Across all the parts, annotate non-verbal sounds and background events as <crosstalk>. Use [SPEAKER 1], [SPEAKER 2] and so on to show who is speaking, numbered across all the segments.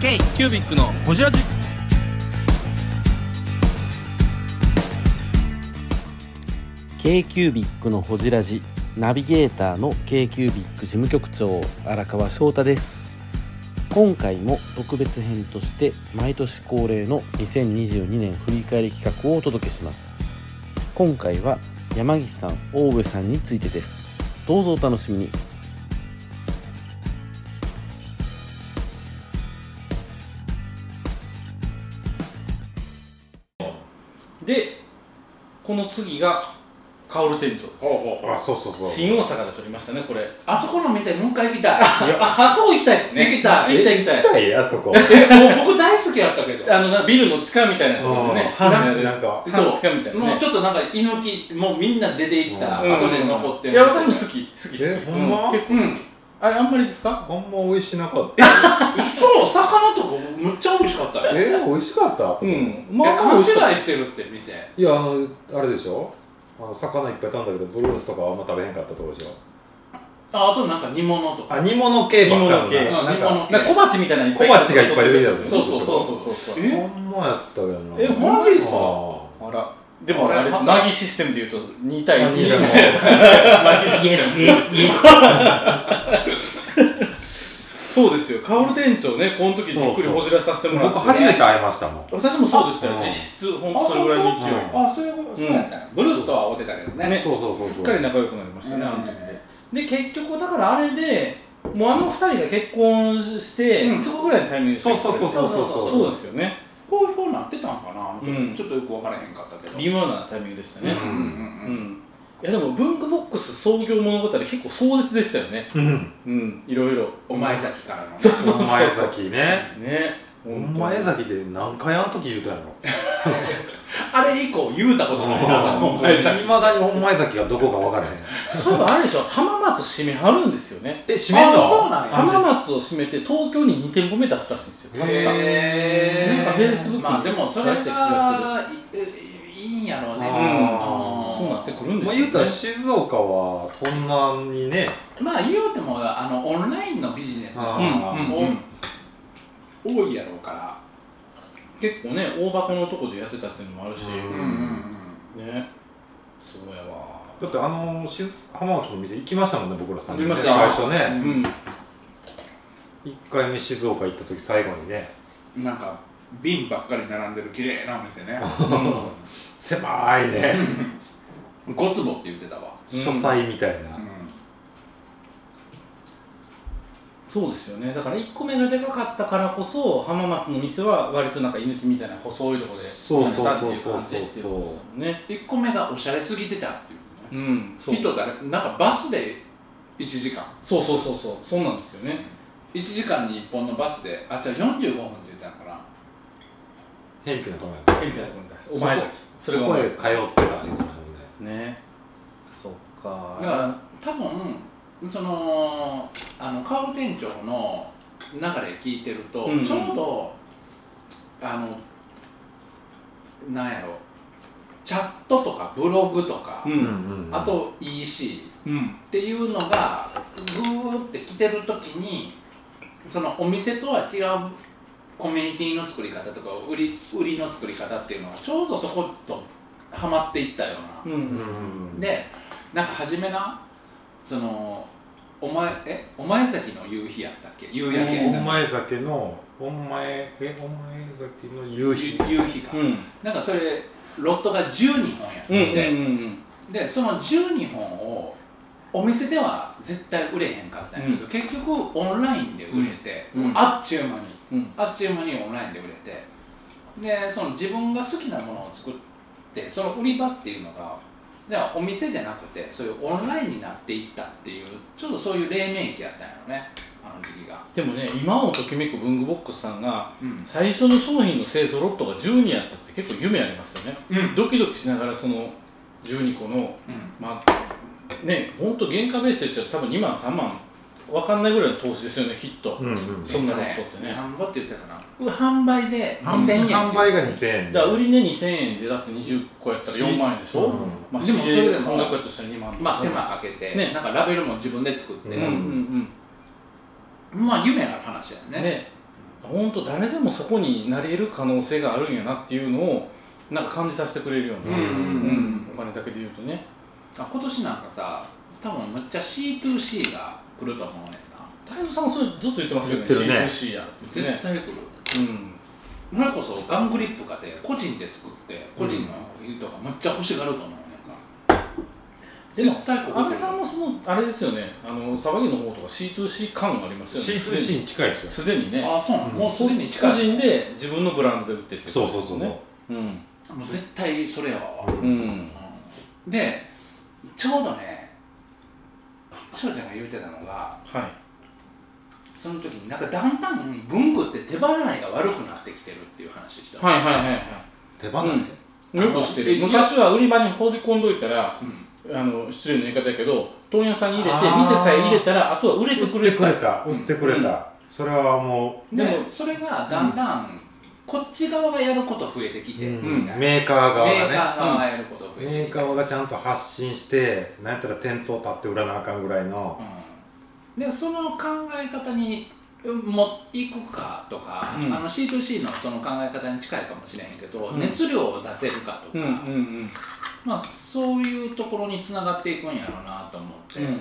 [SPEAKER 1] K キュービックのホジラジ
[SPEAKER 2] ー q b i c のほじラジナビゲーターの k q b i c 事務局長荒川翔太です今回も特別編として毎年恒例の2022年振り返り企画をお届けします今回は山岸さん大上さんについてですどうぞお楽しみに
[SPEAKER 1] でこの次が薫店長です
[SPEAKER 3] あそうそうそう
[SPEAKER 1] 新大阪で撮りましたねこれ
[SPEAKER 4] あそこの店もう一回行きたい。
[SPEAKER 1] <laughs>
[SPEAKER 4] ああそこ行きたいですね。
[SPEAKER 1] 行きたい行きたい行きたい
[SPEAKER 3] 行きたいあそこ
[SPEAKER 4] えもう僕大好きだったけど。
[SPEAKER 1] あのなビルの地下みたいなところでね
[SPEAKER 3] う
[SPEAKER 1] み
[SPEAKER 3] ん
[SPEAKER 1] んなで
[SPEAKER 3] なんか
[SPEAKER 1] 半地下みたいな
[SPEAKER 4] も
[SPEAKER 1] ね
[SPEAKER 4] うちょっとなんか猪木もうみんな出て行った
[SPEAKER 3] うん
[SPEAKER 4] 後で残って
[SPEAKER 1] い
[SPEAKER 4] る。
[SPEAKER 1] や私も好き好き好き
[SPEAKER 3] えほんま
[SPEAKER 1] う結構好きあれあんまりですか
[SPEAKER 3] あんま美味しなかった
[SPEAKER 1] <laughs>
[SPEAKER 4] そう魚とかむっちゃ美味しかったよ。
[SPEAKER 3] え美味しかったあそこ
[SPEAKER 1] ん
[SPEAKER 4] い
[SPEAKER 1] ま
[SPEAKER 4] や
[SPEAKER 1] あ
[SPEAKER 4] 勘
[SPEAKER 1] 美味
[SPEAKER 4] 違い
[SPEAKER 1] しかった
[SPEAKER 4] してるって店。
[SPEAKER 3] いやあのあれでしょあの魚いっぱい食べたけどブルースとかはあんま食べへんかったとこでしょ
[SPEAKER 4] ああとなんか煮物とか。
[SPEAKER 3] あ煮物系ばっかり
[SPEAKER 4] 煮物系
[SPEAKER 3] な
[SPEAKER 4] うん煮物
[SPEAKER 3] んか
[SPEAKER 1] なんか小鉢みたいなのいっぱい
[SPEAKER 3] 小鉢がいっぱい出てきたんです
[SPEAKER 1] そ
[SPEAKER 3] よ
[SPEAKER 1] うそうそうそうそうそう
[SPEAKER 4] え
[SPEAKER 3] ほんまやったけどな
[SPEAKER 1] えマジっすか
[SPEAKER 3] か
[SPEAKER 1] あらでもあれですナギシステムで言うと2対1
[SPEAKER 3] いやも
[SPEAKER 1] <laughs>
[SPEAKER 3] う
[SPEAKER 1] イエスイエスイエスそうですよ薫店長ねこの時じっくりほじらさせてもらって
[SPEAKER 3] 僕初めて会いましたもん
[SPEAKER 1] 私もそうでしたよ
[SPEAKER 3] うん
[SPEAKER 1] 実質ほんとそれぐらいの勢い
[SPEAKER 3] あ
[SPEAKER 4] あそういうことそうやったよ。ブルースとは会ってたけどね。
[SPEAKER 1] ね
[SPEAKER 3] そうそうそうそう
[SPEAKER 1] すっかり仲良くなりましたねあの時でで結局だからあれでもうあの2人が結婚して
[SPEAKER 4] うん
[SPEAKER 1] すぐぐらいのタイミングで
[SPEAKER 3] そうそうそうそうそう
[SPEAKER 1] そうですよね
[SPEAKER 4] こういう風になってたんかな。あの時
[SPEAKER 1] うん
[SPEAKER 4] ちょっとよくわからへんかったけど。
[SPEAKER 1] 微妙なタイミングでしたね
[SPEAKER 3] う
[SPEAKER 4] うんん
[SPEAKER 1] う
[SPEAKER 4] うんうん。
[SPEAKER 1] んいやでも文具ボックス創業物語結構壮絶でしたよね
[SPEAKER 3] うん
[SPEAKER 1] うんいろいろ
[SPEAKER 4] お前先からの。
[SPEAKER 1] そうそうそう
[SPEAKER 3] お前崎ね
[SPEAKER 1] ね
[SPEAKER 3] お
[SPEAKER 1] ほんと
[SPEAKER 3] 前崎で何回あの時言うたんやろ
[SPEAKER 4] あれ以降言う
[SPEAKER 1] <laughs>
[SPEAKER 4] たことないな。お前先。
[SPEAKER 3] いまだにお前崎がどこか分からへん
[SPEAKER 1] そういえばあれでしょ浜松閉めはるんですよね
[SPEAKER 3] え閉めんの
[SPEAKER 4] あそうなんや
[SPEAKER 1] 浜松を閉めて東京に2店舗目出すらしいんですよ確か
[SPEAKER 4] へー
[SPEAKER 1] なんか Facebook
[SPEAKER 4] まあでもそれ
[SPEAKER 1] 書いてる気が
[SPEAKER 4] がいいいいんやろうね、
[SPEAKER 3] うん
[SPEAKER 4] あの
[SPEAKER 1] そうなってくるんで
[SPEAKER 3] ますあ
[SPEAKER 1] よ、ね
[SPEAKER 3] 言うたら静岡はそんなにね
[SPEAKER 4] まあ言うてもあのオンラインのビジネス
[SPEAKER 3] あ
[SPEAKER 4] が
[SPEAKER 1] うんうん、うん、
[SPEAKER 4] 多いやろうから
[SPEAKER 1] 結構ね大箱のとこでやってたっていうのもあるし、
[SPEAKER 4] う
[SPEAKER 3] うんん
[SPEAKER 4] うん
[SPEAKER 1] ねそうやわ
[SPEAKER 3] だってあのしず浜松の店行きましたもんね僕らさん
[SPEAKER 1] 行きました
[SPEAKER 3] 最初
[SPEAKER 1] う
[SPEAKER 3] ね
[SPEAKER 1] ん
[SPEAKER 3] 1回目静岡行った時最後にね
[SPEAKER 4] うんなんか瓶ばっかり並んでる綺麗なお店ね
[SPEAKER 3] 狭いね
[SPEAKER 4] 5坪って言ってたわ
[SPEAKER 1] うん
[SPEAKER 3] 書斎みたいな
[SPEAKER 4] う
[SPEAKER 1] そうですよねだから1個目がでかかったからこそ浜松の店は割となんか犬きみたいな細いとこで
[SPEAKER 3] そうそう
[SPEAKER 1] したっていう
[SPEAKER 3] そうそう
[SPEAKER 1] 感じっていうことですもんね
[SPEAKER 4] ん、1個目がおしゃれすぎてたっていうね
[SPEAKER 1] うんそう
[SPEAKER 4] 人誰なんかバスで1時間
[SPEAKER 1] そうそうそうそうそうなんですよね
[SPEAKER 4] 1時間に1本のバスであじゃあ45分って言ってたのかな
[SPEAKER 3] 偏僻なとこや
[SPEAKER 1] みたいなところに対してお前先そ
[SPEAKER 3] そ
[SPEAKER 1] れ
[SPEAKER 3] れ
[SPEAKER 1] が
[SPEAKER 3] こ
[SPEAKER 1] お前
[SPEAKER 3] で
[SPEAKER 1] 先
[SPEAKER 3] 通ってた言うてたもんね
[SPEAKER 1] ねそっか
[SPEAKER 4] だから多分そのあのカオ店長の中で聞いてると、
[SPEAKER 1] うんうん
[SPEAKER 4] ちょうどあのなんやろチャットとかブログとか、
[SPEAKER 1] うん
[SPEAKER 3] うんうん
[SPEAKER 4] あと EC
[SPEAKER 1] うん
[SPEAKER 4] っていうのがぐーって来てる時にそのお店とは違うコミュニティの作り方とか売り売りの作り方っていうのがちょうどそことはまっていったような。
[SPEAKER 1] う
[SPEAKER 3] うん
[SPEAKER 1] ん
[SPEAKER 3] うん
[SPEAKER 4] でなんか初めなそのお前えお前崎の夕日やったっけ夕焼け
[SPEAKER 3] お
[SPEAKER 4] やったっ
[SPEAKER 3] 前酒のお前えお前酒の夕日
[SPEAKER 4] け夕夕日か、
[SPEAKER 1] うん
[SPEAKER 4] なんかそれロットが12本やって、
[SPEAKER 1] うんうん
[SPEAKER 4] でその12本をお店では絶対売れへんかったんやけど、
[SPEAKER 1] う
[SPEAKER 4] 結局オンラインで売れて、
[SPEAKER 1] うんうん
[SPEAKER 4] あっちゅう間に
[SPEAKER 1] うん
[SPEAKER 4] あっちゅう間にオンラインで売れてでその自分が好きなものを作ってその売り場っていうのがではお店じゃなくてそういうオンラインになっていったっていうちょっとそういう黎明期やったんやろねあの時期が、
[SPEAKER 1] でもね今をときめく文具ボックスさんが
[SPEAKER 4] うん
[SPEAKER 1] 最初の商品の製造ロットが12やったって結構夢ありますよね
[SPEAKER 4] うん
[SPEAKER 1] ドキドキしながらその12個のまあね本当原価ベースで言ったら多分2万3万わかんないぐらいの投資ですよねきっと、
[SPEAKER 3] うんうん
[SPEAKER 1] そんなロットってね
[SPEAKER 4] 何ぼって言ってたかな販売で2000円
[SPEAKER 3] 販売が2000円
[SPEAKER 1] だから売り値2000円でだって20個やったら4万円でしょ、
[SPEAKER 3] うん
[SPEAKER 1] まあ、で
[SPEAKER 4] でも
[SPEAKER 1] もそ
[SPEAKER 4] それ
[SPEAKER 1] れ
[SPEAKER 4] で
[SPEAKER 1] で
[SPEAKER 4] も
[SPEAKER 1] 半額やとしたら2万
[SPEAKER 4] まあ手間かけて、
[SPEAKER 1] ね
[SPEAKER 4] なんかラベルも自分で作って、
[SPEAKER 1] うんうん
[SPEAKER 3] ん
[SPEAKER 1] うん
[SPEAKER 4] まあ夢ある話やね
[SPEAKER 1] ね本当誰でもそこになれる可能性があるんやなっていうのをなんか感じさせてくれるような、
[SPEAKER 4] うんうん
[SPEAKER 1] うんお金だけで言うとね
[SPEAKER 4] あ今年なんかさ多分むっちゃ C2C が来ると思うねんな
[SPEAKER 1] 太蔵さんはそれずっと言ってますよね
[SPEAKER 2] 言ってるね
[SPEAKER 1] C2C やって
[SPEAKER 4] 絶
[SPEAKER 1] ね
[SPEAKER 4] 対来る
[SPEAKER 1] うん
[SPEAKER 4] それこそガングリップかて個人で作って個人の言うとかむっちゃ欲しがると思うねんか
[SPEAKER 1] でも
[SPEAKER 4] 絶対ここ来る
[SPEAKER 1] 安倍さんのそのあれですよねあの騒ぎの方とか C2C 感がありますよね
[SPEAKER 3] C2C に近いですよ
[SPEAKER 1] すでにね
[SPEAKER 4] あそうなの、
[SPEAKER 3] うん
[SPEAKER 4] もうすでに
[SPEAKER 1] 個
[SPEAKER 4] 近い
[SPEAKER 1] 人で自分のブランドで売ってって
[SPEAKER 3] そう
[SPEAKER 1] こ
[SPEAKER 3] そ
[SPEAKER 1] とです
[SPEAKER 3] うそ
[SPEAKER 1] よ
[SPEAKER 3] う
[SPEAKER 1] ねうん
[SPEAKER 4] もう絶対それやわ、
[SPEAKER 3] うん
[SPEAKER 1] うん
[SPEAKER 4] うんでちょうどね翔ちゃんが言うてたのが
[SPEAKER 1] はい
[SPEAKER 4] その時になんかだんだん文具って手放いが悪くなってきてるっていう話してた、
[SPEAKER 1] はいはいはい
[SPEAKER 3] 手放
[SPEAKER 1] う
[SPEAKER 3] れ
[SPEAKER 1] んはいよくしてる
[SPEAKER 4] あの
[SPEAKER 1] 昔は売り場に放り込んどいたら
[SPEAKER 4] うん
[SPEAKER 1] あの失礼な言い方やけど問屋さんに入れ
[SPEAKER 3] あ
[SPEAKER 1] て
[SPEAKER 3] ー
[SPEAKER 1] 店さえ入れたらあとは売れてく
[SPEAKER 3] 売っ
[SPEAKER 1] れ
[SPEAKER 3] て
[SPEAKER 1] る
[SPEAKER 3] くれた売ってくれた、
[SPEAKER 1] うん
[SPEAKER 3] それはも
[SPEAKER 1] で
[SPEAKER 4] で
[SPEAKER 1] も
[SPEAKER 4] それがだんだん、こっち側がやること増えてき
[SPEAKER 3] う、
[SPEAKER 4] て、
[SPEAKER 1] ん
[SPEAKER 4] みたいな
[SPEAKER 3] メーカー側
[SPEAKER 4] メ
[SPEAKER 3] が
[SPEAKER 4] ーカ
[SPEAKER 3] ね
[SPEAKER 4] ー側がやること増えてきて、
[SPEAKER 3] メーカーがちゃんと発信してなんやったら店頭立って売らなあかんぐらいの
[SPEAKER 4] うんでその考え方にも行くかとか、
[SPEAKER 1] うん
[SPEAKER 4] あの C2C のその考え方に近いかもしれへんけど、
[SPEAKER 1] うん
[SPEAKER 4] 熱量を出せるかとか、
[SPEAKER 1] うんうんうん
[SPEAKER 4] まあ、そういうところにつながっていくんやろうなと思って、
[SPEAKER 1] うん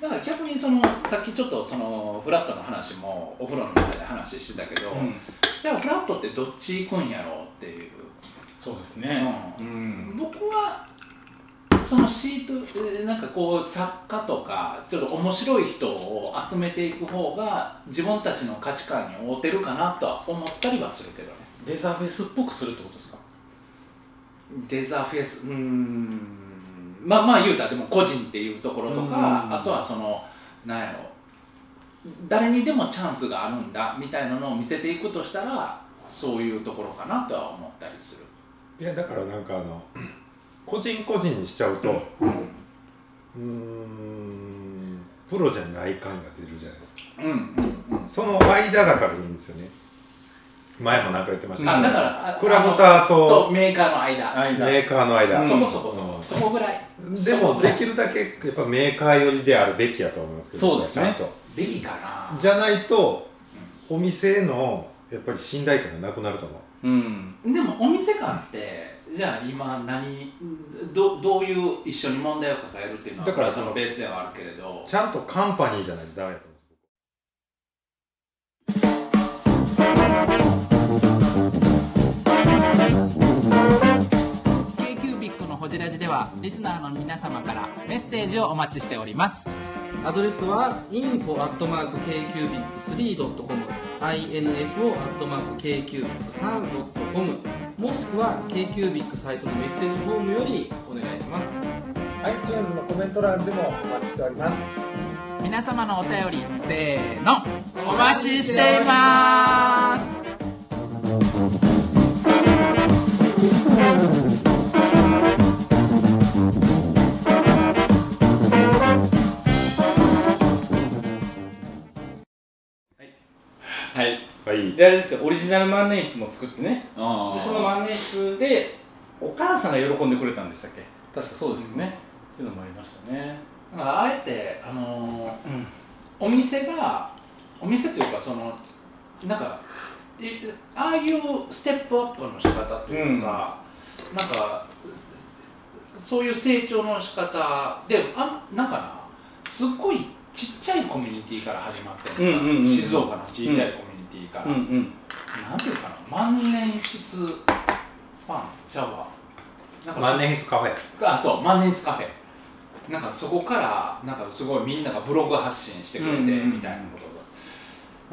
[SPEAKER 4] だから逆にそのさっきちょっとそのフラットの話もお風呂の中で話してたけど、
[SPEAKER 1] うん
[SPEAKER 4] じゃあフラットってどっち行くんやろうっていう
[SPEAKER 1] そうですね
[SPEAKER 4] うん
[SPEAKER 1] ん
[SPEAKER 4] 僕はそのシートえーなんかこう作家とかちょっと面白い人を集めていく方が自分たちの価値観に合うてるかなとは思ったりはするけどね
[SPEAKER 1] デザフェスっぽくするってことですか
[SPEAKER 4] デザフェスうーんまあまあ言うたらでも個人っていうところと
[SPEAKER 1] うん
[SPEAKER 4] かあとはそのなんやろ誰にでもチャンスがあるんだみたいなのを見せていくとしたらそういうところかなとは思ったりする。
[SPEAKER 3] いやだからなんかあの <clears throat> 個人個人にしちゃうとうーんプロじゃない感が出るじゃないですか
[SPEAKER 4] うんうん
[SPEAKER 3] その間だからいいんですよね前も何か言ってまし
[SPEAKER 4] う
[SPEAKER 3] た
[SPEAKER 4] ん、
[SPEAKER 3] けど
[SPEAKER 4] あだからあ
[SPEAKER 3] クラフター
[SPEAKER 4] と
[SPEAKER 3] と
[SPEAKER 4] メーカーの間
[SPEAKER 1] 間
[SPEAKER 3] メーカーの間、
[SPEAKER 1] うん
[SPEAKER 4] そこそこそこ、そこぐらい
[SPEAKER 3] でもできるだけやっぱメーカー寄りであるべきやと思いますけど
[SPEAKER 1] そうですね
[SPEAKER 3] ちゃんと
[SPEAKER 4] べきかな
[SPEAKER 3] じゃないとお店へのやっぱり信頼感がなくなると思う
[SPEAKER 1] うん
[SPEAKER 4] でもお店間ってじゃあ今何どどういう一緒に問題を抱えるっていうのは
[SPEAKER 3] だからその
[SPEAKER 4] ベースではあるけれど
[SPEAKER 3] ちゃんとカンパニーじゃないとダメだと思う
[SPEAKER 5] k q b i c のほじラジではリスナーの皆様からメッセージをお待ちしております
[SPEAKER 6] アドレスは info.kcubic3.com info.kcubic3.com もしくは KQBIC サイトのメッセージフォームよりお願いします
[SPEAKER 7] iTunes のコメント欄でもお待ちしております
[SPEAKER 5] 皆様のお便りせーのお待ちしています
[SPEAKER 1] はい
[SPEAKER 3] はい
[SPEAKER 1] であれですよオリジナル万年筆も作ってね
[SPEAKER 4] あ
[SPEAKER 1] で
[SPEAKER 4] ー
[SPEAKER 1] その万年筆でお母さんが喜んでくれたんでしたっけ確かそうですよね、っていうのもありましたね
[SPEAKER 4] だからあえて、あの
[SPEAKER 1] う
[SPEAKER 4] ー
[SPEAKER 1] ん
[SPEAKER 4] お店がお店というかそのなんかいああいうステップアップの仕方というか、なんかそういう成長の仕方であなんかなすっごいちっちゃいコミュニティから始まってる、
[SPEAKER 1] うんうんうん
[SPEAKER 4] 静岡のちっちゃいコミュニティから、
[SPEAKER 1] うんうん
[SPEAKER 4] なんていうかな万年筆ファンちゃうわなんか
[SPEAKER 3] 万年筆カフェ
[SPEAKER 4] あそう万年筆カフェなんかそこからなんかすごいみんながブログ発信してくれて
[SPEAKER 1] うんうんうん
[SPEAKER 4] みたいなこと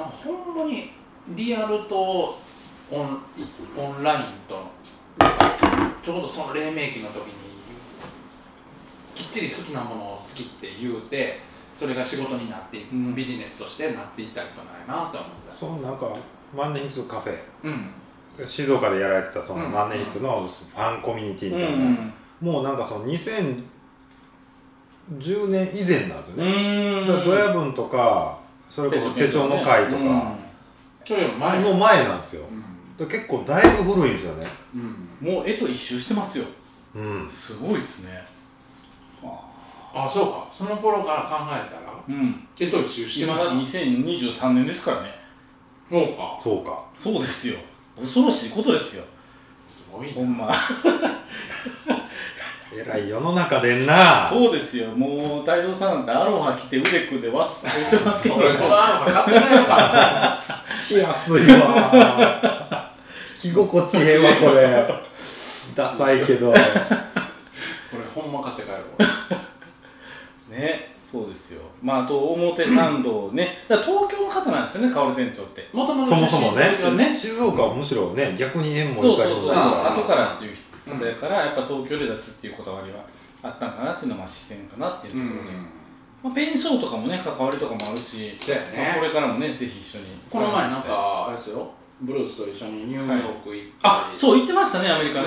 [SPEAKER 4] が、なんかほんまにリアルとオンいオンラインとなんかちょうどその黎明期の時にきっちり好きなものを好きって言うてそれが仕事になっていく、
[SPEAKER 1] うん
[SPEAKER 4] ビジネスとしてなっていったことないなと思った
[SPEAKER 3] そのなんか万年筆カフェ
[SPEAKER 4] うん
[SPEAKER 3] 静岡でやられてたその
[SPEAKER 4] うん
[SPEAKER 3] 万年筆のファンコミュニティ
[SPEAKER 1] う
[SPEAKER 3] み
[SPEAKER 1] ん
[SPEAKER 3] たいな、
[SPEAKER 1] うん
[SPEAKER 3] もうなんかその2010年以前なんですよ
[SPEAKER 1] う
[SPEAKER 3] ね、
[SPEAKER 1] ん
[SPEAKER 3] だからドヤ文とかそれこそ手帳の会とか
[SPEAKER 4] それより前
[SPEAKER 3] の前なんですよ、だから結構だいぶ古いんですよね
[SPEAKER 4] うんうん
[SPEAKER 1] うんもう絵と一周してますよ
[SPEAKER 3] うん
[SPEAKER 1] すごいっすね
[SPEAKER 4] あそうかその頃から考えたら
[SPEAKER 1] うん
[SPEAKER 4] 絵と一周して
[SPEAKER 1] 今
[SPEAKER 4] る
[SPEAKER 1] が2023年ですからねそうか
[SPEAKER 3] そうか
[SPEAKER 1] そうですよ恐ろしいことですよ
[SPEAKER 4] すごい
[SPEAKER 1] ほんま
[SPEAKER 3] えらい世の中でんな
[SPEAKER 1] そうですよもう大将さんってアロハ着て腕組んでわっ
[SPEAKER 4] <laughs>
[SPEAKER 1] さ言ってますけど
[SPEAKER 4] これこのアロハ買ってないのか
[SPEAKER 3] 着やすいわ <laughs> 着心地ええわこれダサいけど
[SPEAKER 4] これほんま買って帰るわ
[SPEAKER 1] ねそうですよまああと表参道ねだから東京の方なんですよね薫店長って
[SPEAKER 4] もともと
[SPEAKER 3] そもそもね
[SPEAKER 4] 出身ですよ
[SPEAKER 3] 静岡はむしろね逆に縁も
[SPEAKER 1] そう
[SPEAKER 3] ゆ
[SPEAKER 1] そ
[SPEAKER 3] か
[SPEAKER 1] う
[SPEAKER 3] り
[SPEAKER 1] そうそう
[SPEAKER 3] もない
[SPEAKER 4] あ
[SPEAKER 1] 後からっていう方やから、やっぱ東京で出すっていうこだわりはあったんかなっていうのはまあ視線かなっていう
[SPEAKER 4] う
[SPEAKER 1] ところで、
[SPEAKER 4] ん
[SPEAKER 1] まあ、ペンショーとかもね関わりとかもあるし、
[SPEAKER 4] そうやね
[SPEAKER 1] まあこれからもねぜひ一緒に
[SPEAKER 4] この前なんかあれですよブルースと一緒にニューヨーク行ったり
[SPEAKER 1] あそう言ってましたねアメリカね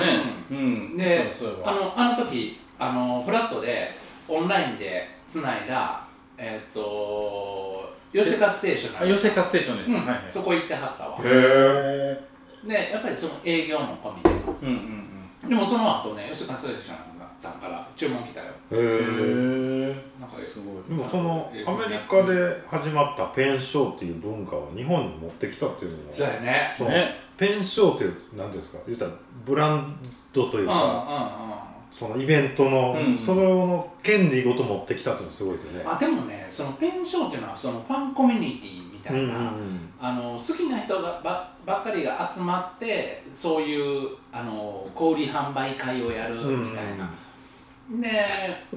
[SPEAKER 1] うん、
[SPEAKER 4] で
[SPEAKER 1] そうそういえば
[SPEAKER 4] あのあの時あのフラットでオンラインでつないだえーっと寄せ合ステーションが
[SPEAKER 1] あ寄せカステーションです
[SPEAKER 4] う
[SPEAKER 1] ね、は
[SPEAKER 4] ん
[SPEAKER 1] いはい
[SPEAKER 4] そこ行ってはったわ
[SPEAKER 1] へ
[SPEAKER 4] でやっぱりその営業も込みで
[SPEAKER 1] うんうん
[SPEAKER 4] でもその後ね寄せ合ステーションさんから注文来たよ
[SPEAKER 3] へー
[SPEAKER 1] へ
[SPEAKER 4] なんか
[SPEAKER 1] すごい
[SPEAKER 3] でもそのアメリカで始まったペンショーっていう文化を日本に持ってきたっていうの
[SPEAKER 4] そう
[SPEAKER 3] は
[SPEAKER 4] やね
[SPEAKER 3] その
[SPEAKER 1] ね
[SPEAKER 3] ペンショーっていうなんていうんですか言ったらブランドといううん
[SPEAKER 4] うんう
[SPEAKER 3] か
[SPEAKER 4] ん
[SPEAKER 3] そのイベントの、
[SPEAKER 1] うん
[SPEAKER 3] それの権利ごと持ってきたっていうのすごいですよね
[SPEAKER 4] あでもねそのペンションっていうのはそのファンコミュニティみた
[SPEAKER 3] う
[SPEAKER 4] い
[SPEAKER 3] ん
[SPEAKER 4] な、
[SPEAKER 3] うんうん
[SPEAKER 4] あの好きな人がばばっかりが集まってそういうあの小売販売会をやる
[SPEAKER 3] うんうん
[SPEAKER 4] みたいな、で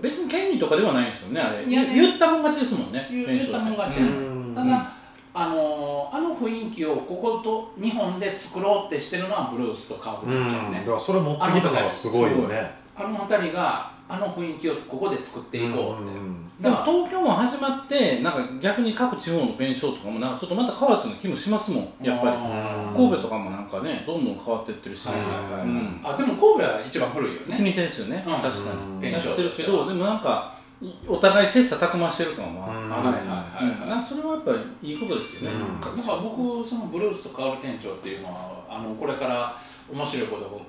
[SPEAKER 1] 別に権利とかではないんですよねあれ
[SPEAKER 4] いやね
[SPEAKER 1] 言ったもん勝ちですもんね
[SPEAKER 4] 言う
[SPEAKER 1] ペンシ
[SPEAKER 4] 言
[SPEAKER 1] ョ
[SPEAKER 4] っ
[SPEAKER 1] ー
[SPEAKER 4] たもん勝ち
[SPEAKER 1] う
[SPEAKER 4] や
[SPEAKER 1] ん
[SPEAKER 3] うん
[SPEAKER 4] ただあのあの雰囲気をここと日本で作ろうってしてるのはブルースとカウ
[SPEAKER 3] う
[SPEAKER 4] ル
[SPEAKER 3] ん
[SPEAKER 4] ちゃん
[SPEAKER 3] だ
[SPEAKER 4] ね、
[SPEAKER 3] からそれ持ってきたのがすごいよね
[SPEAKER 4] あの辺りがあの雰囲気をここで作っていこうって、
[SPEAKER 3] ん
[SPEAKER 1] で
[SPEAKER 4] だ
[SPEAKER 1] も
[SPEAKER 4] から
[SPEAKER 1] 東京も始まってなんか逆に各地方のペンショーとかもなんかちょっとまた変わったの気もしますもんやっぱり
[SPEAKER 4] あー
[SPEAKER 1] 神戸とかもなんかねどんどん変わってってるし、
[SPEAKER 4] はいはいはい
[SPEAKER 1] うん
[SPEAKER 4] あでも神戸は一番古いよ
[SPEAKER 1] 老
[SPEAKER 4] ね
[SPEAKER 1] 舗ですよね、
[SPEAKER 4] うん
[SPEAKER 1] 確か
[SPEAKER 3] うん
[SPEAKER 1] にやってるけどでもなんかお互い切磋琢磨してる感は
[SPEAKER 3] うん
[SPEAKER 1] あ
[SPEAKER 4] はい
[SPEAKER 1] る、
[SPEAKER 4] は
[SPEAKER 1] う
[SPEAKER 4] い
[SPEAKER 1] ん
[SPEAKER 4] はいはい、
[SPEAKER 1] なんかそれはやっぱりいいことですよね、
[SPEAKER 3] うん
[SPEAKER 4] だから僕そのブルースとカール店長っていうのはあのこれから面白いことを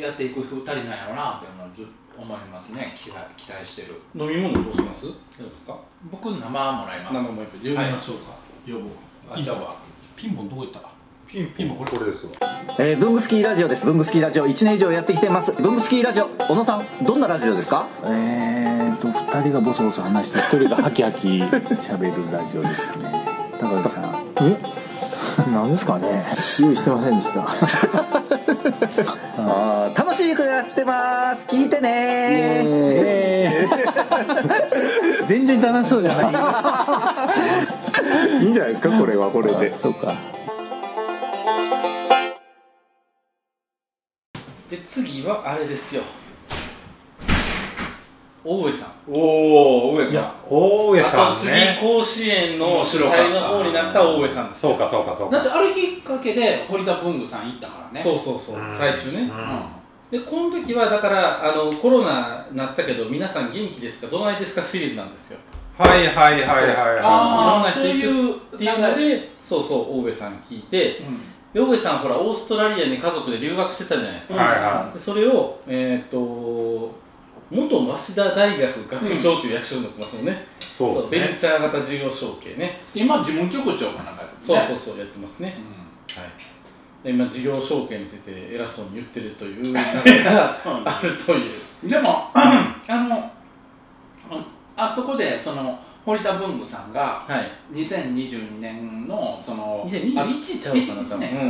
[SPEAKER 4] やっていく二人なんやろうなっていうのはずっと思いますね期待期待してる
[SPEAKER 1] 飲み物どうします大丈夫ですか
[SPEAKER 4] 僕生もらいます
[SPEAKER 1] 生もやっぱり飲みましょうか、呼ぼう
[SPEAKER 4] あじゃあ
[SPEAKER 6] ピンポンどこ行った
[SPEAKER 3] ピンピンこれですわ
[SPEAKER 8] えー、ブングスキーラジオです。ブングスキーラジオ1年以上やってきてます。ブングスキーラジオ、小野さん、どんなラジオですか
[SPEAKER 9] えーと2人がボソボソ話して1人がハキハキ喋るラジオですね高橋さんえ何ですかね用意してませんでした
[SPEAKER 8] あー楽しくやってます。聞いてね
[SPEAKER 9] えー全然楽しそうじゃ <laughs> ないいいんじゃないですかこれはこれでそうか
[SPEAKER 1] で次はあれですよ大上さん
[SPEAKER 4] おお上
[SPEAKER 3] いや大上さん
[SPEAKER 1] 後継ぎ
[SPEAKER 3] ね
[SPEAKER 1] 甲子園の
[SPEAKER 4] 面
[SPEAKER 1] 主
[SPEAKER 4] 白かった
[SPEAKER 1] 催の方になった大上さんです
[SPEAKER 3] そうかそうかそう
[SPEAKER 4] だ
[SPEAKER 3] か
[SPEAKER 4] ってあるきっかけで堀田文具さん行ったからね
[SPEAKER 1] そうそうそう、
[SPEAKER 3] うん
[SPEAKER 1] 最終ね、
[SPEAKER 3] う
[SPEAKER 4] うん
[SPEAKER 3] ん
[SPEAKER 4] う
[SPEAKER 1] でこの時はだからあのコロナなったけど皆さん元気ですかどないですかシリーズなんですよ
[SPEAKER 3] はいはいはいはい
[SPEAKER 4] あ
[SPEAKER 3] は
[SPEAKER 4] ー
[SPEAKER 1] いろんな人行くっていうの
[SPEAKER 4] そう
[SPEAKER 1] でそうそう大上さん聞いて
[SPEAKER 4] ん
[SPEAKER 1] で大上さんほらオーストラリアに家族で留学してたじゃないです
[SPEAKER 3] い
[SPEAKER 1] か、
[SPEAKER 3] はいは
[SPEAKER 1] でそれをえーっ、と元早稲田大学学長という役所になってますよね、
[SPEAKER 3] いそうで
[SPEAKER 1] ベン
[SPEAKER 3] すね
[SPEAKER 1] チャー型事業承継ね
[SPEAKER 4] 今事務局長かなんかやってるね
[SPEAKER 1] そうそうそうやってますね、
[SPEAKER 4] う
[SPEAKER 1] はいで今事業承継について偉そうに言ってるという流れがあるという
[SPEAKER 4] うんでもあのあそこでその堀田文具さんが
[SPEAKER 1] はい
[SPEAKER 4] 2022年のそのあ
[SPEAKER 1] 2021ちゃうかな多分、
[SPEAKER 4] 2021年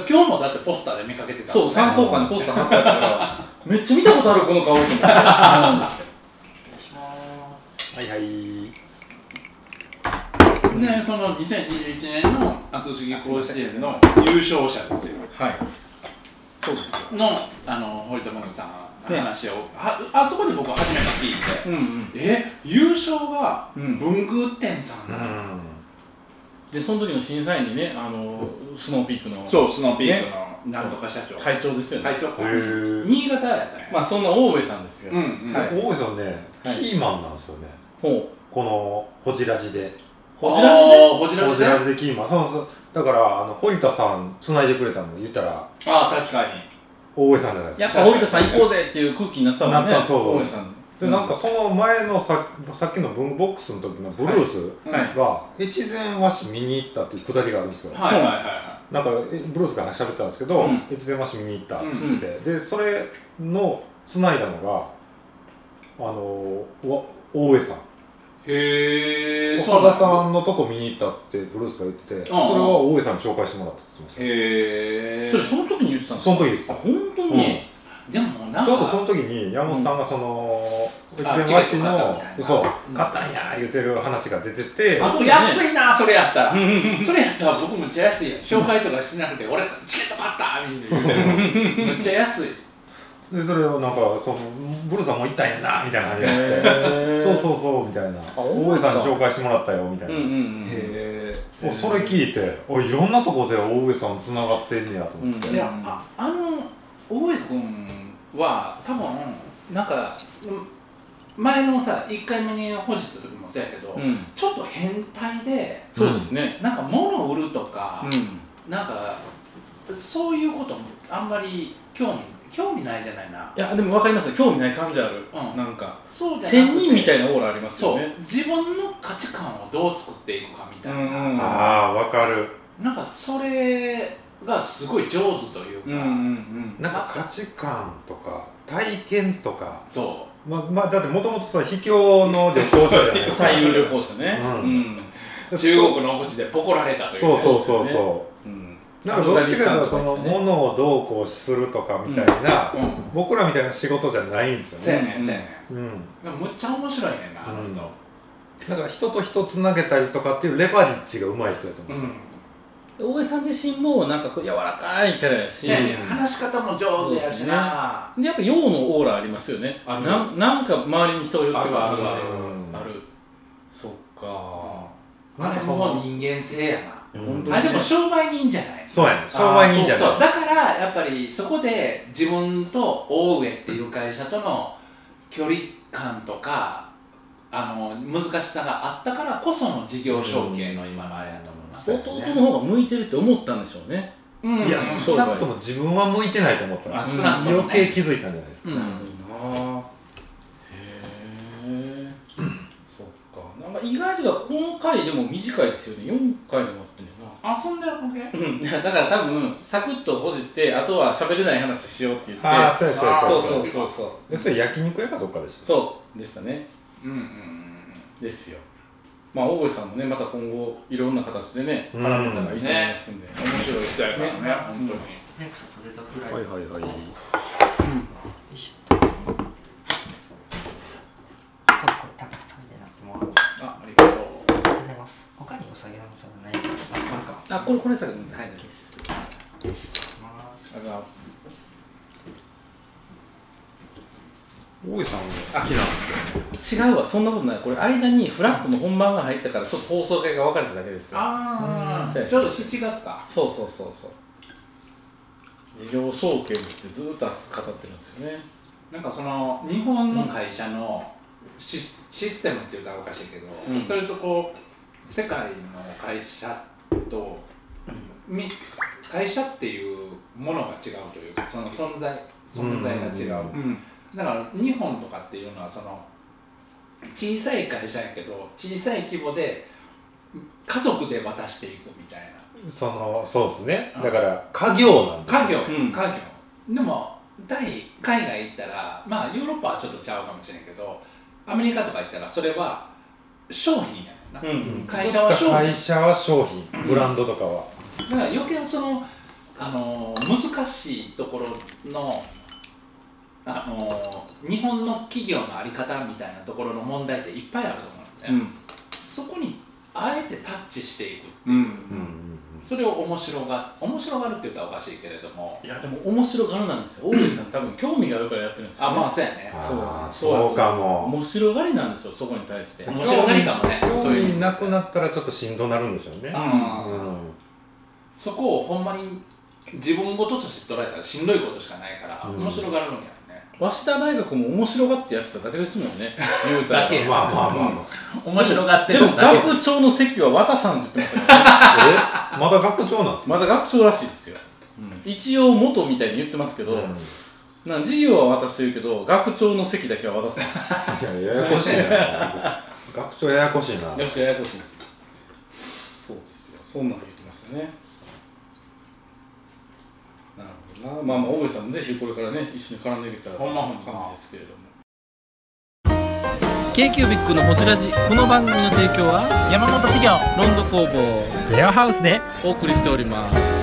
[SPEAKER 4] か今日もだってポスターで見かけてた
[SPEAKER 1] そう三層間にポスター貼ってあったからめっちゃ見たことあるこの顔と思ってうん
[SPEAKER 3] はいはい
[SPEAKER 4] ねその2021年の厚木甲子園の優勝者ですよ
[SPEAKER 1] はいそうですよ
[SPEAKER 4] のあの堀田真美さんの話を、はあそこで僕初めて聞いて
[SPEAKER 1] うんうん
[SPEAKER 4] え優勝が
[SPEAKER 1] うん
[SPEAKER 4] 文具店さん
[SPEAKER 3] う
[SPEAKER 4] なの、
[SPEAKER 3] ん
[SPEAKER 1] でその時の審査員にねあのスノーピークの
[SPEAKER 4] そうスノーピークのなんとか社長、
[SPEAKER 1] 会長ですよね、
[SPEAKER 4] 会長か
[SPEAKER 3] へー
[SPEAKER 4] 新潟やったね、
[SPEAKER 1] まあそんな大上さんですよ、
[SPEAKER 4] うんうん、
[SPEAKER 1] はい
[SPEAKER 3] 大井さんね、
[SPEAKER 1] はい
[SPEAKER 3] キーマンなんですよね
[SPEAKER 1] ほう
[SPEAKER 3] このホジラジで
[SPEAKER 1] ほじらしで
[SPEAKER 4] ほじら
[SPEAKER 3] ホ
[SPEAKER 4] し
[SPEAKER 3] ジ
[SPEAKER 4] ね
[SPEAKER 3] ラジでキーマンそうそうだからあの堀田さん繋いでくれたの言ったら
[SPEAKER 4] ああ確かに
[SPEAKER 3] 大江さんじゃないです
[SPEAKER 1] やっぱ堀田さん行こうぜっていう空気になったもんね
[SPEAKER 3] なったそう
[SPEAKER 1] 大上さん
[SPEAKER 3] でなんかその前のささっきの文ボックスの時のブルース
[SPEAKER 1] はいはい
[SPEAKER 3] が越前和紙見に行ったっていうくだりがあるんですよ、
[SPEAKER 4] はいはいはいは
[SPEAKER 3] なんかえブルースが喋ってたんですけど、
[SPEAKER 1] うん
[SPEAKER 3] 越前和紙見に行ったっつってて、でそれの繋いだのがあのわ大江さん
[SPEAKER 4] いへえ
[SPEAKER 3] 長田さんのとこ見に行ったってブルースが言ってて、それは大江さんに紹介してもらったって言ってまし
[SPEAKER 4] へえ
[SPEAKER 1] それその時に言ってたんで
[SPEAKER 3] た
[SPEAKER 1] す
[SPEAKER 3] そ
[SPEAKER 1] か
[SPEAKER 3] の時言って
[SPEAKER 1] あ
[SPEAKER 3] た
[SPEAKER 1] 本当に、
[SPEAKER 3] うん
[SPEAKER 4] でもなん
[SPEAKER 3] ち
[SPEAKER 4] か
[SPEAKER 3] ょうどその時に山本さんがその越前和紙の
[SPEAKER 4] あチケット買ったみたいな
[SPEAKER 3] 嘘買ったんやー言ってる話が出てて
[SPEAKER 4] あもう安いな、それやったら、
[SPEAKER 1] うんうんうん
[SPEAKER 4] それやったら僕めっちゃ安いやん紹介とかしなくて俺チケット買ったみたいな言うてめっちゃ安い
[SPEAKER 3] でそれをなんかそのブルーさんも行ったんやなみたいな感じで
[SPEAKER 1] へー
[SPEAKER 3] そうそうそうみたいな
[SPEAKER 1] ほんまで
[SPEAKER 3] 大江
[SPEAKER 1] すか
[SPEAKER 3] さんに紹介してもらったよみたいな、
[SPEAKER 1] うんうんうん
[SPEAKER 4] へ
[SPEAKER 3] もうそれ聞いておいいろんなとこで大江さんつながってんねやと思って、
[SPEAKER 1] う
[SPEAKER 4] え
[SPEAKER 1] ん
[SPEAKER 4] いやああの大江君は多分なんかうん前のさ1回目にほじった時もそうやけど、
[SPEAKER 1] うん
[SPEAKER 4] ちょっと変態で
[SPEAKER 1] そうですね
[SPEAKER 4] なんか物を売るとか、
[SPEAKER 1] うん
[SPEAKER 4] なんかそういうこともあんまり興味興味ないじゃないない
[SPEAKER 1] やでも分かりますね興味ない感じある、
[SPEAKER 4] うん
[SPEAKER 1] なんか
[SPEAKER 4] そうじゃな
[SPEAKER 1] 仙
[SPEAKER 4] くて
[SPEAKER 1] 人みたいなオーラあります
[SPEAKER 4] そ
[SPEAKER 1] よ
[SPEAKER 4] う
[SPEAKER 1] ね
[SPEAKER 4] 自分の価値観をどう作っていくかみたいな、
[SPEAKER 1] うんうん
[SPEAKER 3] ああわかる
[SPEAKER 4] なんかそれがすごい上手というか、
[SPEAKER 1] うんうんうん
[SPEAKER 3] なんか価値観とか体験とか
[SPEAKER 4] そ
[SPEAKER 3] まあまあだってもともとさ秘境の旅行者じゃないですか
[SPEAKER 1] 最優旅行者ね
[SPEAKER 3] うん
[SPEAKER 4] う中国の奥地でポコられたという
[SPEAKER 3] そうそうそう
[SPEAKER 1] そうです
[SPEAKER 3] そ
[SPEAKER 1] うん、うん
[SPEAKER 3] うなんかどっちかというと
[SPEAKER 1] ア
[SPEAKER 3] そ
[SPEAKER 1] フガニスタンと
[SPEAKER 3] の
[SPEAKER 1] かですね
[SPEAKER 3] 物をどうこうするとかみたいな、
[SPEAKER 4] うん
[SPEAKER 3] 僕らみたいな仕事じゃないんです
[SPEAKER 4] せ
[SPEAKER 3] よ
[SPEAKER 4] や
[SPEAKER 3] ね、
[SPEAKER 4] ねんせやね
[SPEAKER 3] うん、
[SPEAKER 4] んでもむっちゃ面白いねんなあの人
[SPEAKER 3] だから人と人つなげたりとかっていうレバリッジがうまい人だと思う、
[SPEAKER 1] 大江さん自身もなんかこう柔らかいキャラやし、
[SPEAKER 4] せやねん話し方も上手やしな、
[SPEAKER 1] でやっぱ陽のオーラありますよねあななんか周りに人が寄ってくる
[SPEAKER 4] あるある
[SPEAKER 1] し
[SPEAKER 3] うん
[SPEAKER 1] あるそっか
[SPEAKER 4] あれも人間性やな、
[SPEAKER 3] うん
[SPEAKER 1] 本当に
[SPEAKER 4] あでも商売人じゃない
[SPEAKER 3] そうやね商売人じゃ
[SPEAKER 4] そう
[SPEAKER 3] ない
[SPEAKER 4] だからやっぱりそこで自分と大上っていう会社との距離感とかあの難しさがあったからこその事業承継の今のあれやと思うな、
[SPEAKER 1] 弟の方が向いてるって思ったんでしょうね
[SPEAKER 4] うん
[SPEAKER 3] いや
[SPEAKER 1] そ
[SPEAKER 3] 少なくとも自分は向いてないと思ったら
[SPEAKER 4] あ少なくともね
[SPEAKER 3] 余計気づいたんじゃないですか、
[SPEAKER 4] うん
[SPEAKER 1] なるほどなへえそっかなんか意外とだこの回でも短いですよね4回でもあってんねんな
[SPEAKER 4] あそんなわけ
[SPEAKER 1] うん、だから多分サクッとほじってあとは喋れない話しようって言って
[SPEAKER 3] ああそうやそうや
[SPEAKER 1] そう
[SPEAKER 3] や
[SPEAKER 1] そうそうそう
[SPEAKER 3] えそれ焼肉屋かどっかでしょ
[SPEAKER 1] そうでしたね
[SPEAKER 4] うんうん
[SPEAKER 1] ですよまあ大越さんもねまた今後いろんな形でね絡めたらいいと思いますんで、
[SPEAKER 4] 面白い時代から
[SPEAKER 1] ね
[SPEAKER 4] ね本当に、
[SPEAKER 3] はいはいはい
[SPEAKER 4] あありがとう
[SPEAKER 1] あこれこれさはい大丈夫ですありがとうございます
[SPEAKER 3] 大江さん好きなんですよ
[SPEAKER 1] 違うわそんなことないこれ間にフラップの本番が入ったからちょっと放送会が分かれただけですよ
[SPEAKER 4] あ
[SPEAKER 1] うん
[SPEAKER 4] あちょうど7月か
[SPEAKER 1] そうそうそうそう事業承継についてずっと熱く語ってるんですよね
[SPEAKER 4] なんかその日本の会社のシス,、システムって言うたらおかしいけど、
[SPEAKER 1] うん
[SPEAKER 4] それとこう世界の会社と、み会社っていうものが違うというかその存在存在が違う、
[SPEAKER 1] うん
[SPEAKER 4] だから日本とかっていうのはその小さい会社やけど小さい規模で家族で渡していくみたいな
[SPEAKER 3] そのそうですねだから家業なんですよ
[SPEAKER 4] 家業、
[SPEAKER 1] うん
[SPEAKER 4] 家業でも大海外行ったらまあヨーロッパはちょっとちゃうかもしれんけどアメリカとか行ったらそれは商品やねんな、
[SPEAKER 1] うんうん
[SPEAKER 4] 会社は商
[SPEAKER 3] 会
[SPEAKER 4] 品
[SPEAKER 3] 社は商品ブランドとかは
[SPEAKER 4] だから余計その、あのー難しいところの、あのー日本の企業のあり方みたいなところの問題っていっぱいあると思うんだよね、そこにあえてタッチしていく
[SPEAKER 1] うん、うん
[SPEAKER 3] うん
[SPEAKER 4] それを面白が面白がるって言ったらおかしいけれども
[SPEAKER 1] いやでも面白がりなんですよ大江さん多分興味があるからやってるんですよ、
[SPEAKER 4] あ
[SPEAKER 1] ね、
[SPEAKER 4] まあそうやね
[SPEAKER 3] あー
[SPEAKER 1] そうだと思う
[SPEAKER 3] そうかも
[SPEAKER 1] 面白がりなんですよそこに対して
[SPEAKER 4] 面白がりかもね
[SPEAKER 3] 興
[SPEAKER 4] そういう意
[SPEAKER 3] 味
[SPEAKER 4] 味
[SPEAKER 3] なくなったらちょっとしんどなるんでしょうね
[SPEAKER 4] あー
[SPEAKER 3] うん
[SPEAKER 4] そこをほんまに自分事として捉えたらしんどいことしかないから、
[SPEAKER 3] うん
[SPEAKER 4] 面白がるんやろね
[SPEAKER 1] 早稲田大学も面白がってやってただけですもんね言うたら
[SPEAKER 4] だけや
[SPEAKER 3] まあまあまあま
[SPEAKER 4] 面白がって
[SPEAKER 1] で
[SPEAKER 4] る
[SPEAKER 1] も
[SPEAKER 4] んだけど
[SPEAKER 1] 学長の席は綿さんって言ってましたからね
[SPEAKER 3] あえまだ学長なんですか
[SPEAKER 1] まだ学長らしいですよ、一応元みたいに言ってますけど、
[SPEAKER 3] うん
[SPEAKER 1] なん授業は渡してるけど学長の席だけは渡 <laughs> さない
[SPEAKER 3] いやややこ
[SPEAKER 4] <laughs>
[SPEAKER 3] しいな学長ややこしいな
[SPEAKER 1] よしややこしいですそうですよそんなの言ってましたねなるほどなまあまあ大江さんぜひこれからね一緒に絡んでいけたら
[SPEAKER 10] ほんまほんま
[SPEAKER 1] 感じですけれども
[SPEAKER 4] k q b i c のほじラジこの番組の提供は山本資源ロンド工房レアハウスでお送りしております